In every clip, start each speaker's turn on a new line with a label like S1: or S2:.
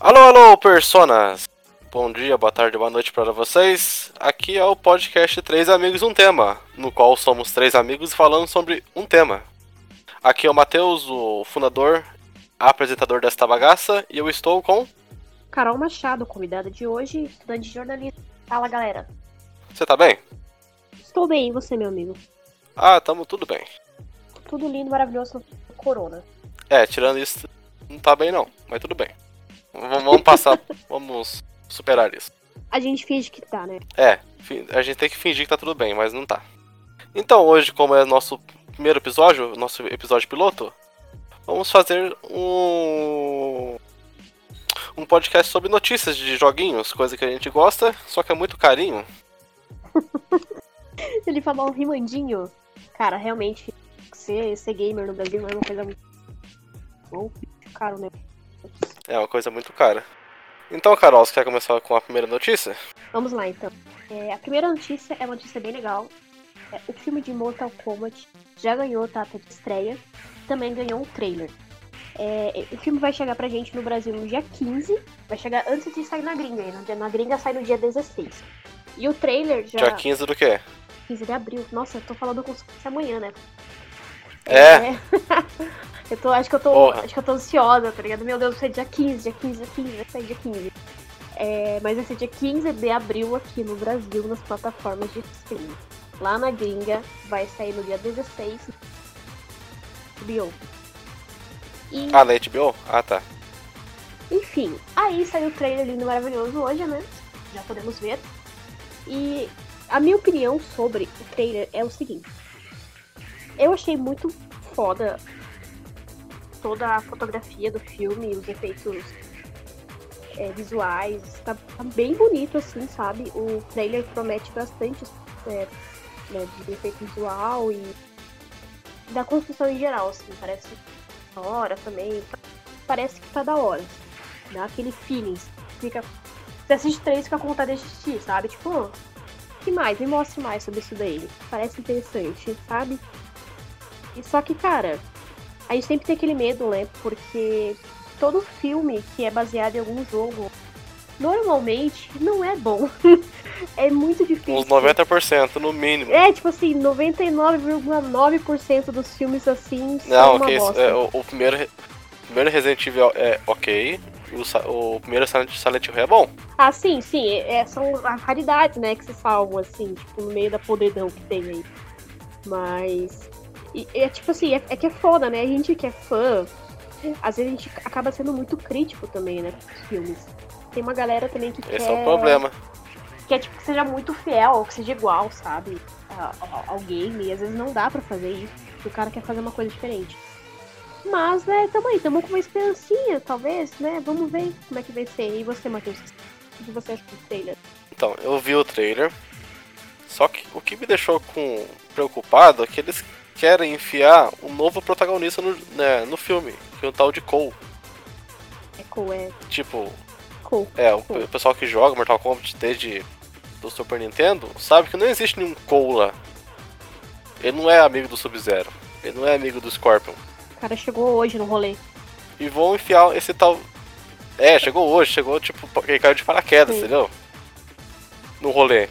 S1: Alô, alô, personas! Bom dia, boa tarde, boa noite para vocês. Aqui é o podcast Três Amigos Um Tema, no qual somos três amigos falando sobre um tema. Aqui é o Matheus, o fundador, apresentador desta bagaça, e eu estou com.
S2: Carol Machado, convidada de hoje, estudante de jornalismo. Fala, galera.
S1: Você tá bem?
S2: Estou bem, e você, meu amigo?
S1: Ah, tamo tudo bem.
S2: Tudo lindo, maravilhoso, corona.
S1: É, tirando isso, não tá bem não, mas tudo bem. V- vamos passar, vamos superar isso.
S2: A gente finge que tá, né?
S1: É, fi- a gente tem que fingir que tá tudo bem, mas não tá. Então, hoje, como é nosso primeiro episódio, nosso episódio piloto, vamos fazer um. Um podcast sobre notícias de joguinhos, coisa que a gente gosta, só que é muito carinho.
S2: Ele falou um rimandinho. Cara, realmente, ser, ser gamer no Brasil não é uma coisa muito. Ou caro, né?
S1: É uma coisa muito cara. Então, Carol, você quer começar com a primeira notícia?
S2: Vamos lá, então. É, a primeira notícia é uma notícia bem legal. É, o filme de Mortal Kombat já ganhou data de estreia. Também ganhou um trailer. É, o filme vai chegar pra gente no Brasil no dia 15. Vai chegar antes de sair na gringa. ainda. Na gringa sai no dia 16. E o trailer já...
S1: Dia 15 do quê?
S2: 15 de abril. Nossa, eu tô falando com se fosse amanhã, né?
S1: É.
S2: eu tô, acho que eu tô,
S1: Porra.
S2: acho que eu tô ansiosa, tá ligado? Meu Deus, vai ser dia 15, dia 15, dia 15, vai sair dia 15. É, mas vai ser dia 15 de abril aqui no Brasil, nas plataformas de streaming. Lá na gringa, vai sair no dia 16. Bio. E,
S1: Ah, na HBO? Ah, tá.
S2: enfim, aí saiu o trailer lindo, maravilhoso hoje, né? Já podemos ver. E a minha opinião sobre o trailer é o seguinte. Eu achei muito foda toda a fotografia do filme, os efeitos é, visuais. Tá, tá bem bonito, assim, sabe? O trailer promete bastante é, né, de efeito visual e da construção em geral, assim. Parece tá da hora também. Parece que tá da hora. assim. Dá aquele feeling. Fica, você assiste três fica com vontade de assistir, sabe? Tipo, "Ah, que mais? Me mostre mais sobre isso daí. Parece interessante, sabe? E só que, cara, a gente sempre tem aquele medo, né? Porque todo filme que é baseado em algum jogo, normalmente não é bom. é muito difícil.
S1: Uns 90% no mínimo.
S2: É, tipo assim, 99,9% dos filmes assim são
S1: Não,
S2: uma
S1: ok. isso-
S2: bosta.
S1: é, o, o primeiro, re- o primeiro Resident Evil é ok. O, sa- o primeiro Silent, Silent Hill é bom.
S2: Ah, sim, sim. é- são as raridades, né, que se salvam, assim, tipo, no meio da podridão que tem aí. Mas. e- é tipo assim, é, é que é foda, né? A gente que é fã, às vezes a gente acaba sendo muito crítico também, né, com os filmes. Tem uma galera também que
S1: Esse
S2: quer.
S1: é o problema.
S2: Que é tipo que seja muito fiel, ou que seja igual, sabe? a- Ao, ao game. E às vezes não dá pra fazer isso. porque O cara quer fazer uma coisa diferente. Mas, né, tamo aí, tamo com uma esperancinha, talvez, né? Vamos ver como é que vai ser. E você, Matheus? O que você acha do trailer?
S1: Então, eu vi o trailer. Só que o que me deixou com preocupado é que eles querem enfiar um novo protagonista no, né, no filme, que é o tal de Cole.
S2: É cool, é
S1: Tipo,
S2: cool.
S1: é, o, pe- o pessoal que joga Mortal Kombat desde do Super Nintendo sabe que não existe nenhum Cole lá. Ele não é amigo do Sub-Zero. Ele não é amigo do Scorpion.
S2: O cara chegou hoje no rolê.
S1: e vão enfiar esse tal. É, chegou hoje, chegou tipo, ele caiu de paraquedas,
S2: Sim.
S1: entendeu? No rolê.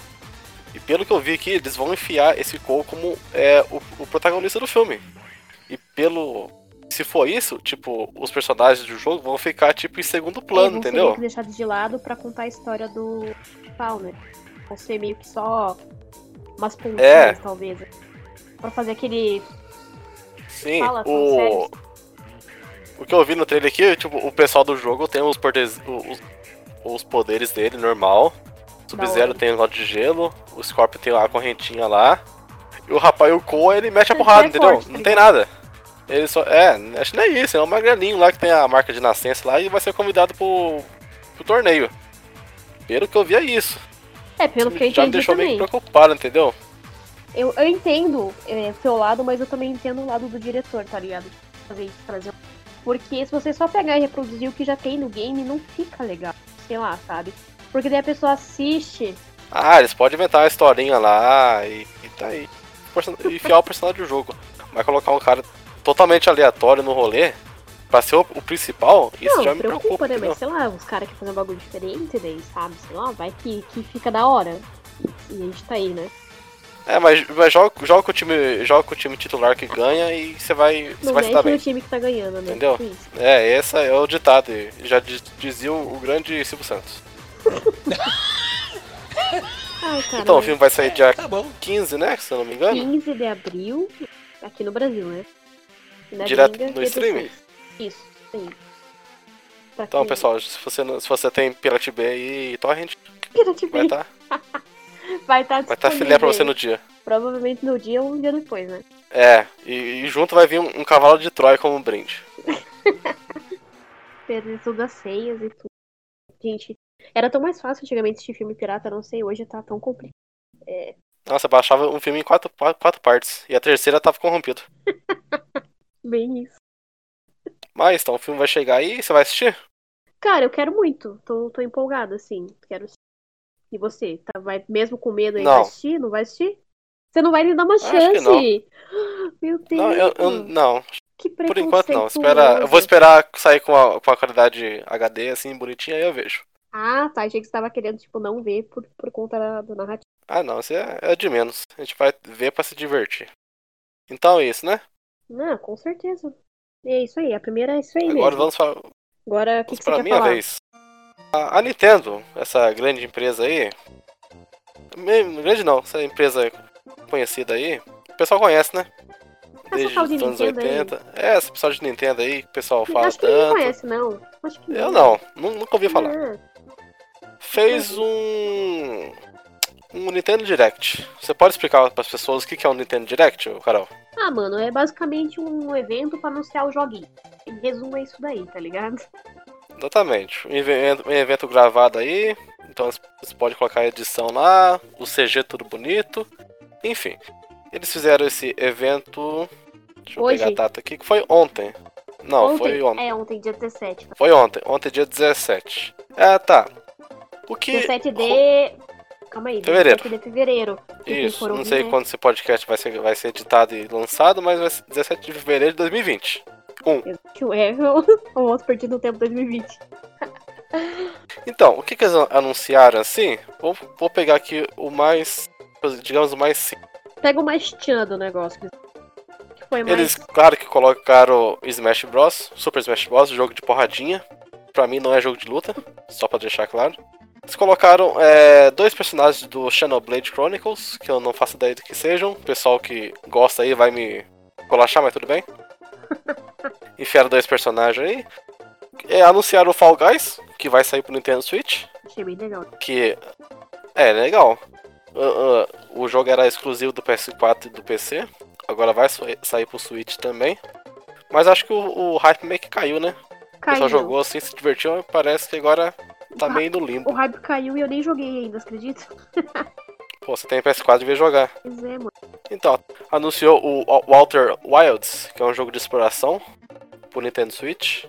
S1: E pelo que eu vi aqui, eles vão enfiar esse Cole como é, o, o protagonista do filme. E pelo. Se for isso, tipo, os personagens do jogo vão ficar, tipo, em segundo plano,
S2: Eles vão ser
S1: entendeu?
S2: meio que deixados de lado pra contar a história do principal, né? Vão ser meio que só umas pontinhas,
S1: É.
S2: talvez. Pra fazer aquele.
S1: Sim,
S2: Fala, são
S1: o.
S2: sérios.
S1: O que eu vi no trailer aqui, tipo, o pessoal do jogo tem os, portes- o- os, os poderes dele normal. O Sub-Zero
S2: hora.
S1: tem o nó de gelo, o Scorpion tem a correntinha lá. E o rapaz, o Koa, ele mete a porrada,
S2: É
S1: entendeu?
S2: forte, tá
S1: não tem nada. Ele só. É, acho que não é isso, é um magrelinho lá que tem a marca de nascença lá e vai ser convidado pro, pro torneio. Pelo que eu vi é isso.
S2: É, pelo que eu
S1: Já me
S2: entendi
S1: deixou
S2: também.
S1: meio preocupado, entendeu?
S2: Eu, eu entendo é, o seu lado, mas eu também entendo o lado do diretor, tá ligado? Fazer isso, trazer. um- Porque se você só pegar e reproduzir o que já tem no game, não fica legal. Sei lá, sabe? Porque daí a pessoa assiste.
S1: Ah, eles podem inventar uma historinha lá e, e tá aí. Person- E enfiar o personagem do jogo. Mas colocar um cara totalmente aleatório no rolê, pra ser o, o principal, isso
S2: não,
S1: já me preocupa.
S2: preocupa, né?
S1: entendeu?
S2: Mas sei lá, os caras que fazem um bagulho diferente, daí sabe, sei lá, vai que, que fica da hora. E a gente tá aí, né?
S1: É, mas, mas joga, joga, com o time, joga com o time titular que ganha e você vai, você
S2: Não
S1: vai se dar
S2: mexe
S1: bem.
S2: no time que tá ganhando, né?
S1: Entendeu?
S2: Tipo isso.
S1: É, esse é o ditado. e Já di- dizia o, o grande Silvio Santos.
S2: Ai, cara.
S1: Então, o filme vai sair dia
S3: Tá bom.
S1: 15, né? Se eu não me engano.
S2: 15 de abril, aqui no Brasil, né? E na
S1: Direto
S2: gringa,
S1: no
S2: dia
S1: streaming?
S2: 16. Isso, sim. Pra
S1: Então,
S2: quem-
S1: pessoal, se você, não- se você tem Pirate Bay e Torrent,
S2: Pirate
S1: vai
S2: Bay
S1: estar
S2: vai estar
S1: vai tá filé pra você no dia.
S2: Provavelmente no dia ou um dia depois, né?
S1: É, e, e junto vai vir um, um cavalo de Troia como brinde.
S2: Perder todas as ceias e tudo. Gente, era tão mais fácil antigamente assistir filme pirata, não sei, hoje tá tão complicado.
S1: Nossa, baixava um filme em quatro, pa- quatro partes. E a terceira tava corrompida.
S2: Bem isso.
S1: Mas então, o filme vai chegar aí e você vai assistir?
S2: Cara, eu quero muito. Tô, tô empolgada, assim. Quero assistir. E você? Tá, vai, mesmo com medo aí,
S1: Não.
S2: vai assistir? Não vai assistir? Você não vai me dar uma
S1: Acho que
S2: chance! Meu Deus!
S1: Não, eu, eu- não,
S2: Que
S1: por enquanto não.
S2: preconceituoso.
S1: Espera, eu vou esperar sair com a, com a qualidade HD assim, bonitinha, aí eu vejo.
S2: Ah, tá. Achei que você tava querendo, tipo, não ver por, por conta da, da narrativa.
S1: Ah, não, isso é, é de menos. A gente vai ver pra se divertir. Então é isso, né?
S2: Não, com certeza. E é isso aí. A primeira é isso aí
S1: Agora
S2: mesmo.
S1: vamos para,
S2: Agora, o que,
S1: vamos
S2: que
S1: para
S2: você
S1: a
S2: quer
S1: minha
S2: falar?
S1: vez. A, a Nintendo, essa grande empresa aí. me- Grande não, essa empresa conhecida aí. O pessoal conhece, né? Desde
S2: tal de
S1: os anos
S2: Nintendo aí?
S1: 80. É, esse pessoal de Nintendo aí, que o pessoal fala
S2: Acho que ninguém
S1: tanto.
S2: conhece, né? não. Acho que
S1: Eu não, nu- nunca ouvi falar.
S2: Ah,
S1: fez um um Nintendo Direct. Você pode explicar para as pessoas o que que é um Nintendo Direct, ô Carol?
S2: Ah, mano, é basicamente um evento pra anunciar o joguinho. Em resumo, é isso daí, tá ligado?
S1: Exatamente. Um evento, um evento gravado aí, então você pode colocar a edição lá, o CG tudo bonito, enfim. Eles fizeram esse evento. Deixa eu
S2: Hoje?
S1: pegar a data aqui, que foi ontem. Não,
S2: ontem,
S1: foi ontem.
S2: É, ontem, dia 17.
S1: Foi ontem, ontem dia 17. Ah, tá. O que.
S2: 17 de... Calma aí.
S1: Fevereiro.
S2: 17 de fevereiro. E quem
S1: Isso,
S2: for
S1: não
S2: ouvir,
S1: sei
S2: né?
S1: quando esse podcast vai ser, vai ser editado e lançado, mas vai ser 17 de fevereiro de 2020.
S2: Que o Evel, o outro perdido no tempo 2020.
S1: Então, o que, que eles an- anunciaram assim? Vou, vou pegar aqui o mais. Digamos, o mais simples.
S2: Pega o mais tchan do negócio. Que foi mais...
S1: Eles, claro que colocaram Smash Bros. Super Smash Bros. jogo de porradinha. Pra mim não é jogo de luta, só pra deixar claro. Eles colocaram é, dois personagens do Xenoblade Chronicles, que eu não faço ideia do que sejam. O pessoal que gosta aí vai me colachar, mas tudo bem. Enfiaram dois personagens aí. É, anunciaram o Fall Guys, que vai sair pro Nintendo Switch.
S2: Achei bem legal.
S1: que é legal. Ah, ah, o jogo era exclusivo do PS4 e do PC, agora vai sa- sair pro Switch também. Mas acho que o, o hype meio que caiu, né? O
S2: Caiu.
S1: pessoal jogou assim, se divertiu, mas parece que agora tá
S2: Ah.
S1: meio no
S2: O
S1: limbo.
S2: hype caiu e eu nem joguei ainda, acredita?
S1: Pô, você tem PS4 e veio jogar.
S2: Pois é, mano.
S1: Então, anunciou o Wa- Walter Wilds, que é um jogo de exploração pro Nintendo Switch.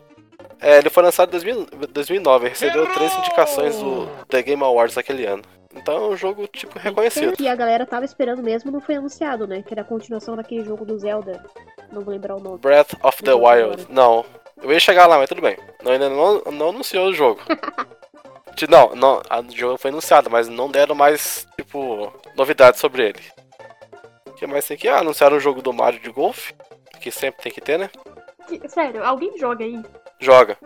S1: É, ele foi lançado em 2000 2009, recebeu três indicações do The Game Awards naquele ano. Então é um jogo, tipo, reconhecido.
S2: E a galera tava esperando mesmo, não foi anunciado, né? Que era a continuação daquele jogo do Zelda. Não vou lembrar o nome.
S1: Breath of the
S2: Não,
S1: Wild.
S2: agora.
S1: Não. Eu ia chegar lá, mas tudo bem. Não, ainda não, não anunciou o jogo. Ti- não, não, a- o jogo foi anunciado, mas não deram mais, tipo, novidades sobre ele. O que mais tem aqui? Ah, anunciaram o jogo do Mario de golfe, que sempre tem que ter, né?
S2: Que- Sério, alguém joga aí?
S1: Joga.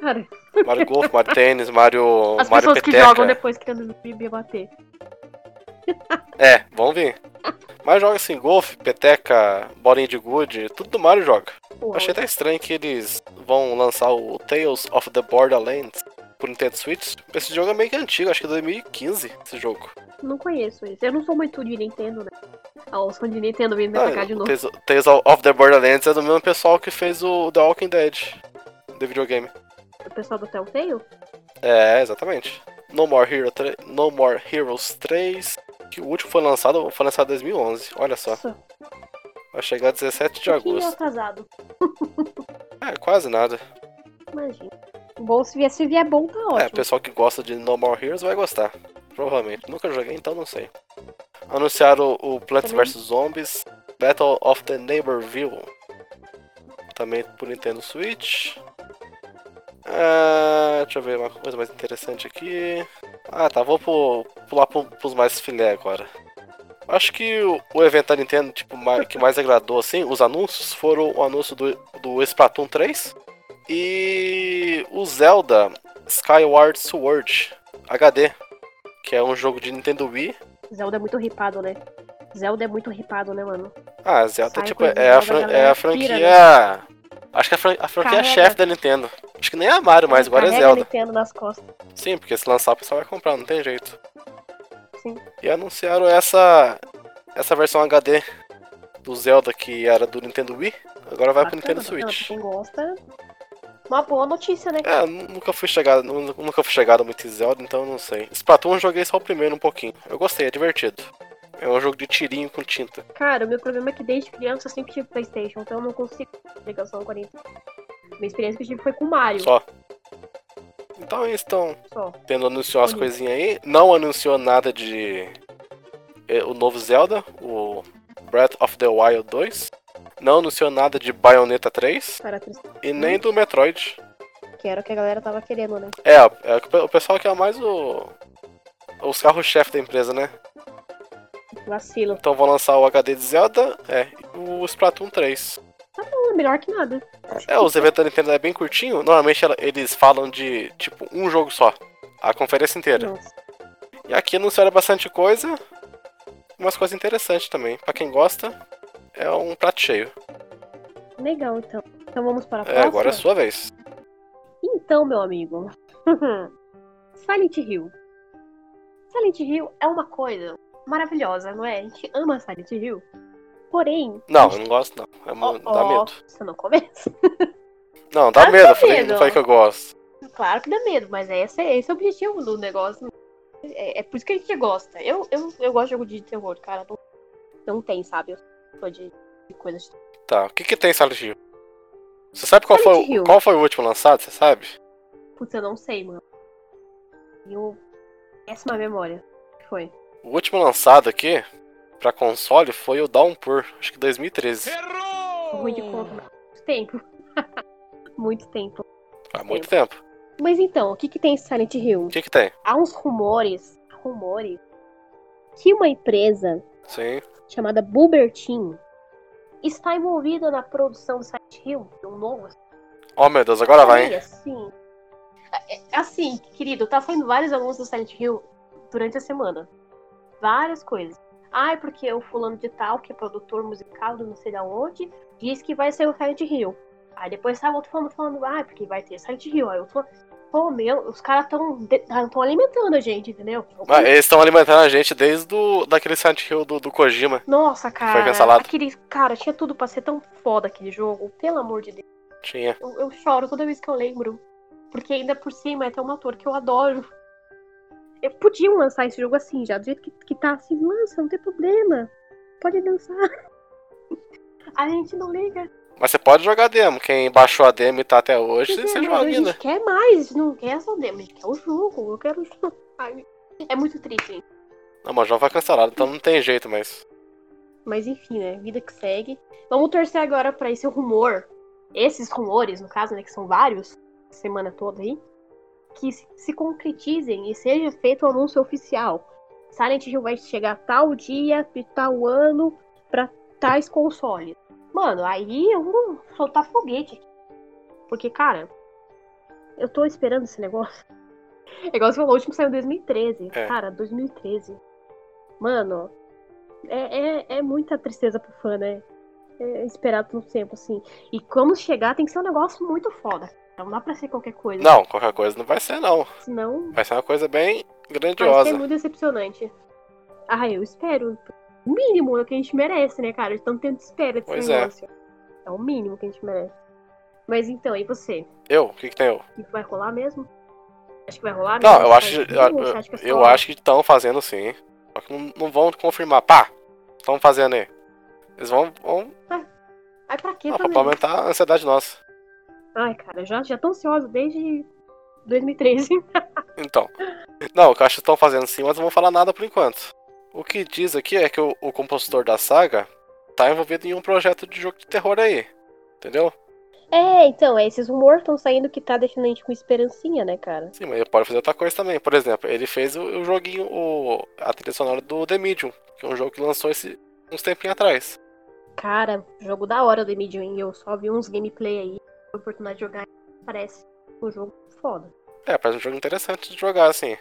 S2: Cara,
S1: Mario Golf, Mario Tênis, Mario.
S2: as
S1: Mario
S2: pessoas que
S1: Peteca.
S2: jogam depois querendo me me bater.
S1: É, vamos ver. Mas joga assim, golfe, peteca, bolinha de gude, tudo do Mario joga. Eu
S2: Porra,
S1: Achei até estranho que eles vão lançar o Tales of the Borderlands pro Nintendo Switch. Esse jogo é meio que antigo, acho que é 2015 esse jogo.
S2: não conheço esse. Eu não sou muito de Nintendo, né? Ah, os fãs de Nintendo vindo me
S1: Ah,
S2: atacar de
S1: o
S2: novo.
S1: Tales, Tales of the Borderlands é do mesmo pessoal que fez o The Walking Dead do videogame.
S2: O pessoal do Telltale?
S1: É, exatamente. No More, Hero 3, no More Heroes 3, que o último foi lançado, foi lançado em 2011, olha só.
S2: Nossa,
S1: Vai chegar 17 de
S2: um pouquinho
S1: agosto.
S2: atrasado.
S1: É, quase nada.
S2: Imagina. Bom, se vier, se vier bom, tá
S1: É, o
S2: ótimo.
S1: pessoal que gosta de No More Heroes vai gostar. Provavelmente. Nunca joguei, então não sei. Anunciaram o Plants
S2: Também.
S1: vs Zombies Battle of the Neighborville. Também pro Nintendo Switch. Ah, deixa eu ver uma coisa mais interessante aqui. Ah, tá. Vou pro, pular pro, pros mais filé agora. Acho que o, o evento da Nintendo tipo, mais, que mais agradou, assim, os anúncios, foram o anúncio do, do Splatoon 3 e o Zelda Skyward Sword HD, que é um jogo de Nintendo Wii.
S2: Zelda é muito ripado, né? Zelda é muito ripado, né, mano?
S1: Ah, Zelda
S2: Sai
S1: tipo,
S2: coisa
S1: é, a
S2: nova,
S1: fran-
S2: galera
S1: é a
S2: pira, né?
S1: franquia... Acho que a, fran- a franquia é
S2: Carrega.
S1: chefe da Nintendo. Acho que nem é a Mario, mas agora é
S2: Carrega
S1: Zelda.
S2: Nintendo nas costas.
S1: Sim, porque se lançar o pessoal vai comprar, não tem jeito.
S2: Sim.
S1: E anunciaram essa essa versão HD do Zelda que era do Nintendo Wii, agora vai pro
S2: Bacana,
S1: Nintendo
S2: bacana,
S1: Switch.
S2: pra Quem gosta. Uma boa notícia, né?
S1: É, nu- nunca fui chegado, nu- nunca fui chegado muito em Zelda, então eu não sei. Splatoon eu joguei só o primeiro um pouquinho. Eu gostei, é divertido. É um jogo de tirinho com tinta.
S2: Cara, o meu problema é que desde criança eu sempre tive Playstation, então eu não consigo ter ligação com a Nintendo. Minha experiência que eu tive foi com o Mario,
S1: Só. Então eles estão
S2: só.
S1: tendo anunciou as
S2: Bonito.
S1: coisinhas aí. Não anunciou nada de é, o novo Zelda, o Breath of the Wild 2. Não anunciou nada de Bayonetta 3
S2: Cara, triste.
S1: e nem do Metroid.
S2: que era o que a galera tava querendo, né?
S1: É, é o pe- o pessoal que é mais o os carros-chefe da empresa, né?
S2: Vacilo.
S1: Então vão lançar o HD de Zelda, é, e o Splatoon 3.
S2: Não, é melhor que nada.
S1: É,
S2: Então.
S1: os eventos da Nintendo é bem curtinho, normalmente ela- eles falam de, tipo, um jogo só, a conferência inteira.
S2: Nossa.
S1: E aqui anunciaram bastante coisa, umas coisas interessantes também. Pra quem gosta, é um prato cheio.
S2: Legal, então. Então vamos para a
S1: É,
S2: próxima?
S1: agora é a sua vez.
S2: Então, meu amigo. Silent Hill. Silent Hill é uma coisa maravilhosa, não é? A gente ama Silent Hill. Porém.
S1: Não, eu não gosto não, é, mu-
S2: Oh,
S1: dá
S2: oh,
S1: medo.
S2: Você não começa?
S1: Não, dá
S2: Ah,
S1: medo,
S2: dá
S1: eu falei,
S2: medo.
S1: não falei que eu gosto.
S2: Claro que dá medo, mas esse, é- esse é o objetivo do negócio. É, é por isso que a gente gosta. Eu, eu, eu gosto de jogo de terror, cara. Não, não tem, sabe? Eu sou de, de coisas.
S1: Tá, o que que tem em Silent Hill? Você sabe qual foi,
S2: Silent Hill.
S1: o- qual foi o último lançado, você sabe?
S2: Putz, eu não sei, mano. Eu. Péssima memória. Foi.
S1: O último lançado aqui pra console foi o Downpour, acho que 2013.
S2: Ruim
S1: Hum.
S2: de conta, mas muito tempo. muito tempo.
S1: Há muito tempo.
S2: Mas então, o que, que tem em Silent Hill?
S1: O que que tem?
S2: Há uns rumores, rumores, que uma empresa
S1: Sim.
S2: chamada Boober Team está envolvida na produção do Silent Hill, de um novo.
S1: Oh meu Deus, agora vai, hein?
S2: Assim, É- é- assim, querido, tá saindo vários anúncios do Silent Hill durante a semana. Várias coisas. Ai, porque o fulano de tal, que é produtor musical do não sei da onde, diz que vai ser o Silent Hill. Aí depois sai outro falando, falando, ai, porque vai ter Silent Hill. Aí eu tô, pô, meu, os caras tão, de- ah, tão alimentando a gente, entendeu?
S1: Ah, eles estão alimentando a gente desde do, daquele Silent Hill do, do Kojima.
S2: Nossa, cara.
S1: cancelado.
S2: Aquele, cara, tinha tudo pra ser tão foda aquele jogo. Pelo amor de Deus.
S1: Tinha.
S2: Eu, eu choro toda vez que eu lembro. Porque ainda por cima é até um ator que eu adoro. Eu podiam lançar esse jogo assim, já, do jeito que, que tá assim, lança, não tem problema. Pode dançar. A gente não liga.
S1: Mas você pode jogar demo. Quem baixou a demo e tá até hoje,
S2: Quer
S1: você
S2: dizer,
S1: joga
S2: a gente
S1: ainda.
S2: quer mais, não quer só demo, a gente quer o jogo, eu quero o jogo. Ai, É muito triste, gente.
S1: Não, mas já foi cancelado, então não tem jeito, mas.
S2: Mas enfim, né? Vida que segue. Vamos torcer agora pra esse rumor. Esses rumores, no caso, né? Que são vários, semana toda aí. Que se, se concretizem e seja feito o anúncio oficial. Silent Hill vai chegar tal dia, de tal ano, pra tais consoles. Mano, aí eu vou soltar foguete. aqui. Porque, cara, eu tô esperando esse negócio. É igual você falou, o último saiu em 2013.
S1: É.
S2: Cara, 2013. Mano, é, é, é muita tristeza pro fã, né? É esperar tanto tempo, assim. E como chegar tem que ser um negócio muito foda. Não dá pra ser qualquer coisa.
S1: Não, qualquer coisa não vai ser, não.
S2: Senão
S1: Vai ser uma coisa bem
S2: vai ser
S1: grandiosa.
S2: muito decepcionante. Ah, eu espero. O mínimo é o que a gente merece, né, cara? De tanto tempo de espera desse
S1: Pois é.
S2: negócio. É. o mínimo que a gente merece. Mas então, e você?
S1: Eu? O que, que tem eu?
S2: E vai rolar mesmo? Acho que vai rolar
S1: Não,
S2: mesmo?
S1: eu acho,
S2: Faz
S1: que-
S2: tudo? Você acha que é
S1: eu,
S2: só-
S1: eu acho que estão fazendo sim. Só que não, não vão confirmar. Pá, estão fazendo aí. Eles vão, vão
S2: Ai, pra quê
S1: ah, pra
S2: também?
S1: aumentar a ansiedade nossa.
S2: Ai, cara, já, já tô ansiosa desde 2013.
S1: Então. Não, o que eu acho que estão fazendo sim, mas não vão falar nada por enquanto. O que diz aqui é que o, o compositor da saga tá envolvido em um projeto de jogo de terror aí. Entendeu?
S2: É, então, é, esses rumores estão saindo que tá deixando a gente com esperancinha, né, cara?
S1: Sim, mas ele pode fazer outra coisa também. Por exemplo, ele fez o, o joguinho, o, a trilha sonora do The Medium, que é um jogo que lançou esse, uns tempinhos atrás.
S2: Cara, jogo da hora do The Medium, hein? eu só vi uns gameplay aí, tive a oportunidade de jogar, parece um jogo foda.
S1: É, parece um jogo interessante de jogar, assim.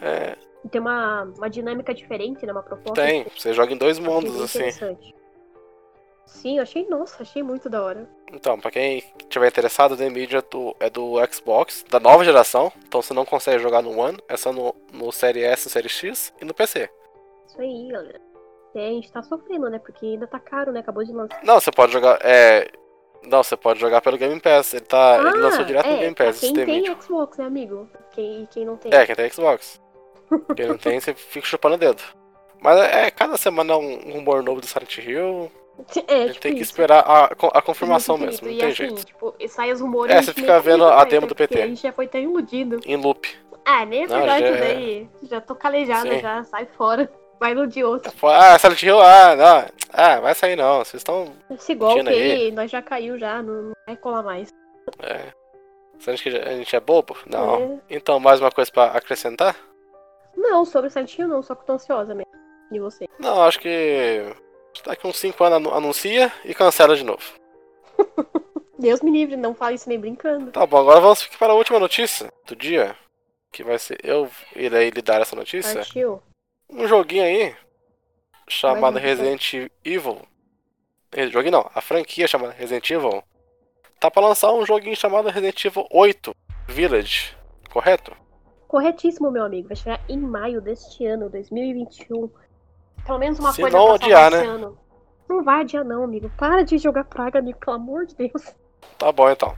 S1: É,
S2: E tem uma, uma dinâmica diferente, né, uma proposta.
S1: tem,
S2: diferente,
S1: você joga em dois
S2: achei
S1: mundos,
S2: bem
S1: assim.
S2: interessante. Sim, achei, nossa, achei muito da hora.
S1: Então, pra quem tiver interessado, o The Medium é do, é do Xbox, da nova geração. Então você não consegue jogar no One, é só no, no Série S, Série X e no PC.
S2: Isso aí, galera. É, a gente tá sofrendo, né? Porque ainda tá caro, né? Acabou de lançar.
S1: Não, você pode jogar. É. Não, você pode jogar pelo Game Pass. Ele, tá, ele lançou
S2: Ah,
S1: direto no
S2: é,
S1: Game
S2: pra
S1: Pass, esse
S2: Quem
S1: The
S2: tem
S1: Medium.
S2: Xbox, né, amigo? Quem, e quem não tem.
S1: É, quem tem Xbox. Quem não tem, você fica chupando o dedo. Mas é, cada semana é um rumor novo do Silent Hill.
S2: É,
S1: a gente
S2: tipo
S1: tem que
S2: isso.
S1: esperar a, co- a confirmação
S2: Muito
S1: mesmo, não
S2: querido.
S1: tem
S2: e assim,
S1: jeito.
S2: Tipo, e sai os rumores.
S1: É,
S2: a gente
S1: você fica
S2: nem
S1: vendo
S2: acredita
S1: a
S2: mais,
S1: demo
S2: né,
S1: do
S2: porque
S1: PT.
S2: A gente já foi tão iludido.
S1: Em loop.
S2: Ah, nem é
S1: Não,
S2: verdade
S1: já
S2: isso
S1: é.
S2: daí. Já tô calejada,
S1: Sim.
S2: já sai fora. Vai iludir outro.
S1: Ah, Silent Hill, ah, não. Ah, vai sair não. Vocês estão.
S2: Esse golpe
S1: É. Imagina aí.
S2: aí, nós já caiu já, não não vai colar mais.
S1: É. Você acha que a gente é bobo? Não.
S2: É.
S1: Então, mais uma coisa pra acrescentar?
S2: Não, sobre o Silent Hill não, só que eu tô ansiosa mesmo. De você.
S1: Não, acho que. Daqui uns 5 anos anu- anuncia e cancela de novo.
S2: Deus me livre, não fale isso nem brincando.
S1: Tá bom, agora vamos para a última notícia do dia. Que vai ser. Eu irei lhe dar essa notícia.
S2: Silent Hill.
S1: Um joguinho aí. Chamado
S2: Mas não
S1: Resident Evil. Eh, Joguinho não, a franquia chamada Resident Evil. Tá pra lançar um joguinho chamado Resident Evil 8 Village. Correto?
S2: Corretíssimo, meu amigo. Vai chegar em maio deste ano, 2021. Pelo menos uma
S1: Se
S2: coisa
S1: não
S2: pra salvar
S1: adiar,
S2: esse
S1: né?
S2: ano. Não vai adiar, não, amigo. Para de jogar praga, amigo, pelo amor de Deus.
S1: Tá bom então.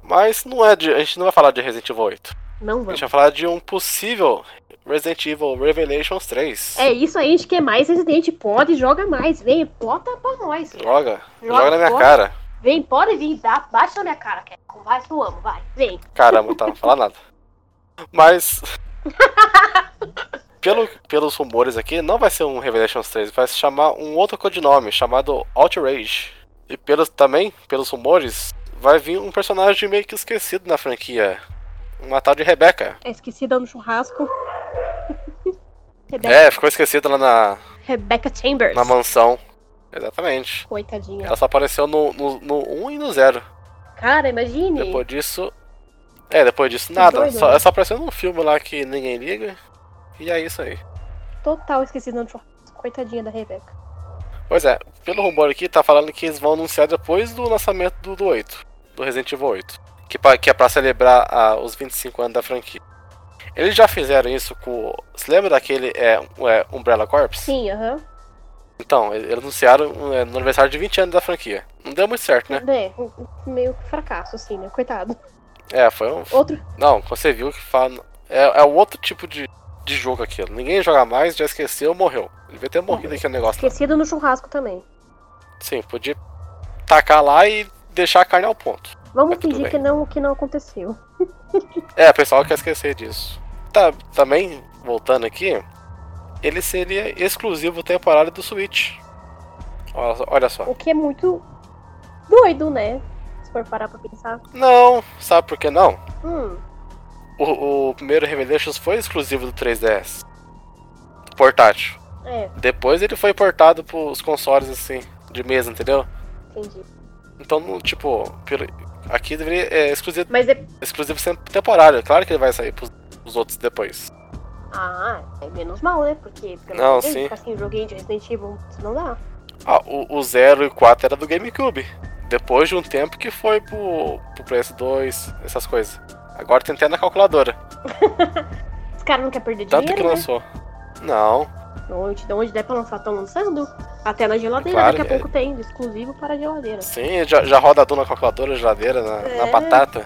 S1: Mas não é de, a gente não vai falar de Resident Evil 8.
S2: Não
S1: A
S2: vamos.
S1: gente vai falar de um possível Resident Evil Revelations 3.
S2: É isso aí, a gente quer mais Resident. Pode, joga mais. Vem, bota pra nós.
S1: Joga,
S2: Joga
S1: joga na minha
S2: fora.
S1: cara.
S2: Vem, pode vir, dá, bate na minha cara, quer. Vai, eu amo, vai. Vem.
S1: Caramba, tá, não falar nada. Mas. Pelo, pelos rumores aqui, não vai ser um Revelations 3, vai se chamar um outro codinome, chamado Outrage. E pelos, também, pelos rumores, vai vir um personagem meio que esquecido na franquia. Uma tal de Rebecca.
S2: É esquecida no churrasco. Rebeca,
S1: É, ficou esquecida lá na,
S2: Rebecca Chambers.
S1: É. na mansão. Exatamente.
S2: Coitadinha.
S1: Ela só apareceu no, no, no 1 e no 0.
S2: Cara, imagine.
S1: Depois disso. É, depois disso nada.
S2: doido,
S1: só,
S2: né?
S1: só apareceu num filme lá que ninguém liga. E é isso aí.
S2: Total esquecida no churrasco. Coitadinha da Rebeca.
S1: Pois é, pelo rumor aqui, tá falando que eles vão anunciar depois do lançamento do, do 8, do Resident Evil 8. Que, pa- que é pra celebrar ah, os 25 anos da franquia. Eles já fizeram isso com. Você lembra daquele é, um- é, Umbrella Corps?
S2: Sim, aham.
S1: Então, eles anunciaram é, no aniversário de 20 anos da franquia. Não deu muito certo, né?
S2: É, um- um meio que fracasso, assim, né? Coitado.
S1: É, foi um.
S2: Outro.
S1: Não, você viu que fala. É, é um outro tipo de, de jogo aquilo. Ninguém joga mais, já esqueceu, morreu. Devia ter morrido aquele negócio.
S2: Esquecido no churrasco também.
S1: Sim, podia tacar lá e deixar a carne ao ponto.
S2: Vamos
S1: Mas É, tudo
S2: fingir
S1: bem.
S2: que não, que não aconteceu.
S1: É, o pessoal quer esquecer disso. Tá, também, voltando aqui, ele seria exclusivo temporário do Switch. Olha, só- olha só.
S2: O que é muito doido, né? Se for parar pra pensar.
S1: Não, sabe por que não?
S2: Hum,
S1: O, o primeiro Revelations foi exclusivo do 3DS. Portátil.
S2: é,
S1: Depois ele foi portado pros consoles assim, de mesa, entendeu?
S2: entendi.
S1: Então, não, tipo, pelo- aqui deveria. É exclusivo,
S2: Mas é.
S1: exclusivo sem- temporário. é Claro que ele vai sair pros, pros outros depois.
S2: Ah, é menos mal, né? Porque pelo
S1: Não,
S2: amor de Deus,
S1: sim.
S2: ficar sem joguinho de Resident Evil, isso não dá.
S1: Ah, o, o 0 e 4 era do GameCube. Depois de um tempo que foi pro, pro PS2, essas coisas. Agora tem até na calculadora.
S2: Os caras não querem perder
S1: Tanto que
S2: dinheiro, né?
S1: lançou. Não,
S2: Onde, de onde der pra lançar, estão lançando. Até na geladeira,
S1: Claro,
S2: daqui a
S1: é.
S2: pouco tem, exclusivo para a geladeira.
S1: sim, já, já roda tudo na calculadora, geladeira, na, na
S2: É.
S1: batata.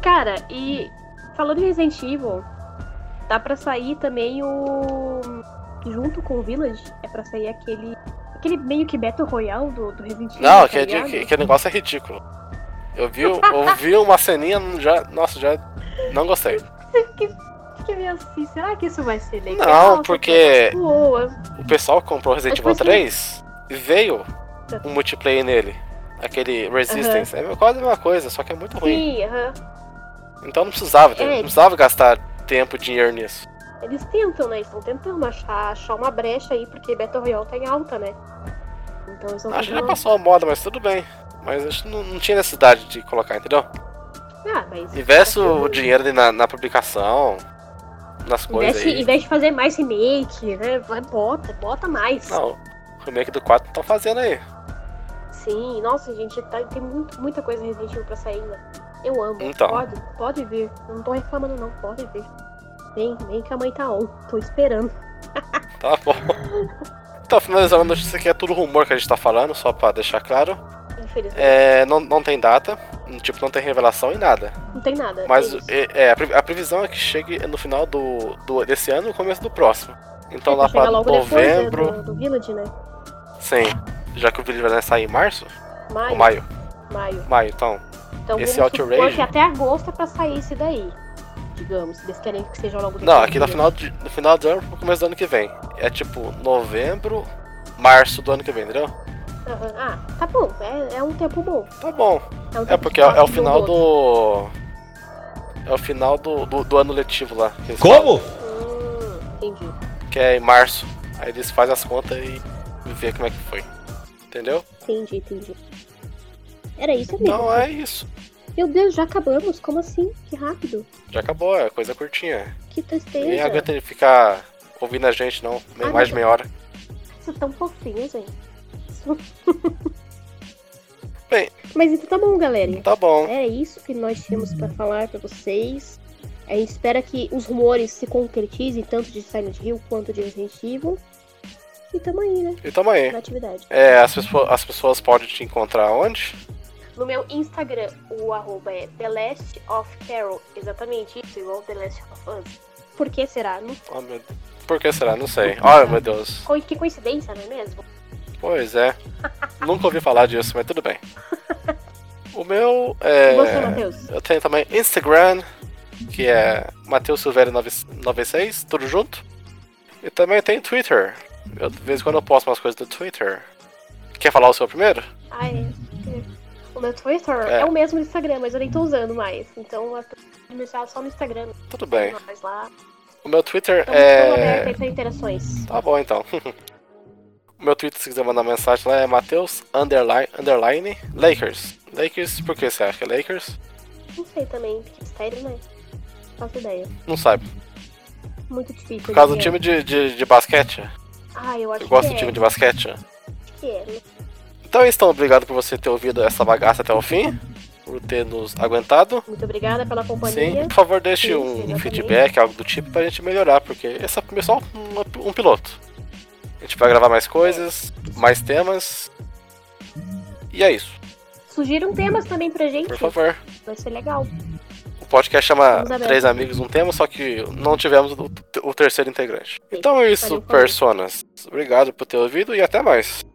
S2: Cara, e falando em Resident Evil, dá pra sair também o. Junto com o Village, é pra sair aquele. Aquele meio que Battle Royale do, do Resident Evil.
S1: Não,
S2: tá
S1: aquele,
S2: ligado?
S1: aquele- aquele negócio é ridículo. Eu vi, eu vi uma ceninha, já, nossa, já não gostei.
S2: Fiquei meio assim, será que isso vai ser legal?
S1: Não, porque
S2: Boa.
S1: o pessoal que comprou Resident
S2: Mas
S1: Evil
S2: por quê?
S1: 3 veio um multiplayer nele. Aquele Resistance. É quase a mesma coisa, só que é muito ruim.
S2: Sim, aham.
S1: Então não precisava, ter-
S2: É.
S1: não precisava gastar tempo e dinheiro nisso.
S2: Eles tentam, né? Eles estão tentando achar, achar uma brecha aí, porque Battle Royale tá em alta, né? Então eles vão
S1: Acho que já
S2: tentando-
S1: passou a moda, mas tudo bem. Mas acho que não, não tinha necessidade de colocar, entendeu?
S2: Ah, mas.
S1: Investe o
S2: Aquilo-
S1: dinheiro ali na, na publicação, nas coisas
S2: Investe,
S1: aí.
S2: investe em fazer mais remake, né? Vai, bota, bota mais.
S1: Não, o remake do 4 estão fazendo aí.
S2: Sim, nossa, gente, tá- tem muito, muita coisa Resident Evil pra sair ainda. Eu amo.
S1: Então.
S2: Pode, pode vir. Eu Não tô reclamando, não. Pode vir. Vem, vem que a mãe tá on. Tô esperando.
S1: Tá bom. Então, finalizando a notícia aqui, é tudo rumor que a gente tá falando, só pra deixar claro.
S2: Infelizmente.
S1: É, não, não tem data, tipo, não tem revelação e nada.
S2: Não tem nada.
S1: Mas
S2: é isso.
S1: é, é, a pre- a previsão é que chegue no final do, do- desse ano e começo do próximo. Então
S2: É,
S1: lá
S2: chega
S1: pra
S2: logo depois, né,
S1: novembro,
S2: do, do Village, né?
S1: sim. Já que o vídeo vai sair em março?
S2: Maio.
S1: Ou maio?
S2: maio.
S1: Maio, então.
S2: Então
S1: Esse
S2: vamos
S1: Outrage-
S2: supor que até agosto é pra sair esse daí. Digamos, se eles querem que seja logo
S1: Não,
S2: depois
S1: aqui
S2: do
S1: no final, de- no final do ano pro começo do ano que vem. É tipo novembro, março do ano que vem, entendeu?
S2: Aham. Ah, tá bom. É, é um tempo bom.
S1: Tá bom.
S2: um
S1: É
S2: tempo
S1: porque é, é o
S2: fácil
S1: final
S2: outro.
S1: do. É o final do, do, do ano letivo lá. que eles falam,
S3: Como?
S2: Hum, entendi.
S1: que é em março. Aí eles fazem as contas e vê como é que foi. Entendeu?
S2: Entendi, entendi. Era isso, amigo?
S1: Então é isso.
S2: Meu Deus, já acabamos? Como assim? Que rápido.
S1: Já acabou, é coisa curtinha.
S2: Que tristeza.
S1: Ninguém aguenta ele ficar ouvindo a gente, não. Nem
S2: Ah,
S1: mais de meia hora.
S2: Vocês tão fofinhos, gente.
S1: Bem.
S2: Mas então tá bom, galera.
S1: Tá bom.
S2: Era isso que nós tínhamos pra falar pra vocês. A gente espera que os rumores se concretizem, tanto de Silent Hill quanto de Resident Evil. E tamo aí, né?
S1: E tamo aí.
S2: Na atividade.
S1: É, as, pessoas, as pessoas podem te encontrar onde?
S2: No meu Instagram, o arroba é The Last of Carol. Exatamente isso, igual The Last of Us. Por que será? Não-
S1: Oh, meu Deus. Por que será? Não sei. Olha, meu Deus.
S2: coi- Que coincidência, não é mesmo?
S1: Pois é. Nunca ouvi falar disso, mas tudo bem. O meu é.
S2: E Você, Matheus?
S1: Eu tenho também Instagram, que é Matheus Silveira 96, tudo junto. E também tem Twitter. Eu, de vez em quando eu posto umas coisas do Twitter. Quer falar o seu primeiro?
S2: Ah, é. É. O meu Twitter
S1: É.
S2: é. o mesmo do Instagram, mas eu nem tô usando mais. Então eu tô deixar só no Instagram.
S1: Tudo bem.
S2: Mas lá.
S1: O meu Twitter
S2: Estamos aberto
S1: é.
S2: aí pra interações.
S1: Tá bom então. o meu Twitter, se quiser mandar mensagem lá, é Matheus underline, underline Lakers. Lakers, por que você acha que é Lakers?
S2: Não sei também, que mistério, né? Não faço ideia.
S1: Não sabe.
S2: Muito difícil.
S1: Por causa do
S2: de-
S1: time de, de, de basquete.
S2: Ah, eu acho
S1: Eu gosto
S2: que
S1: do
S2: é.
S1: time de basquete.
S2: Acho que é.
S1: Então é isso, então, obrigado por você ter ouvido essa bagaça até o fim, por ter nos aguentado.
S2: Muito obrigada pela
S1: Sim,
S2: companhia.
S1: por favor, deixe
S2: Sim,
S1: um
S2: exatamente.
S1: feedback, algo do tipo, pra gente melhorar, porque esse é primeiro só um, um piloto. A gente vai gravar mais coisas, mais temas. E é isso,
S2: Sugiram temas também pra gente.
S1: por favor.
S2: Vai ser legal.
S1: O podcast chama
S2: Estamos abertos.
S1: Três Amigos um Tema, só que não tivemos o, o terceiro integrante.
S2: Sim,
S1: Então é isso,
S2: valeu, falou.
S1: personas. Obrigado por ter ouvido e até mais.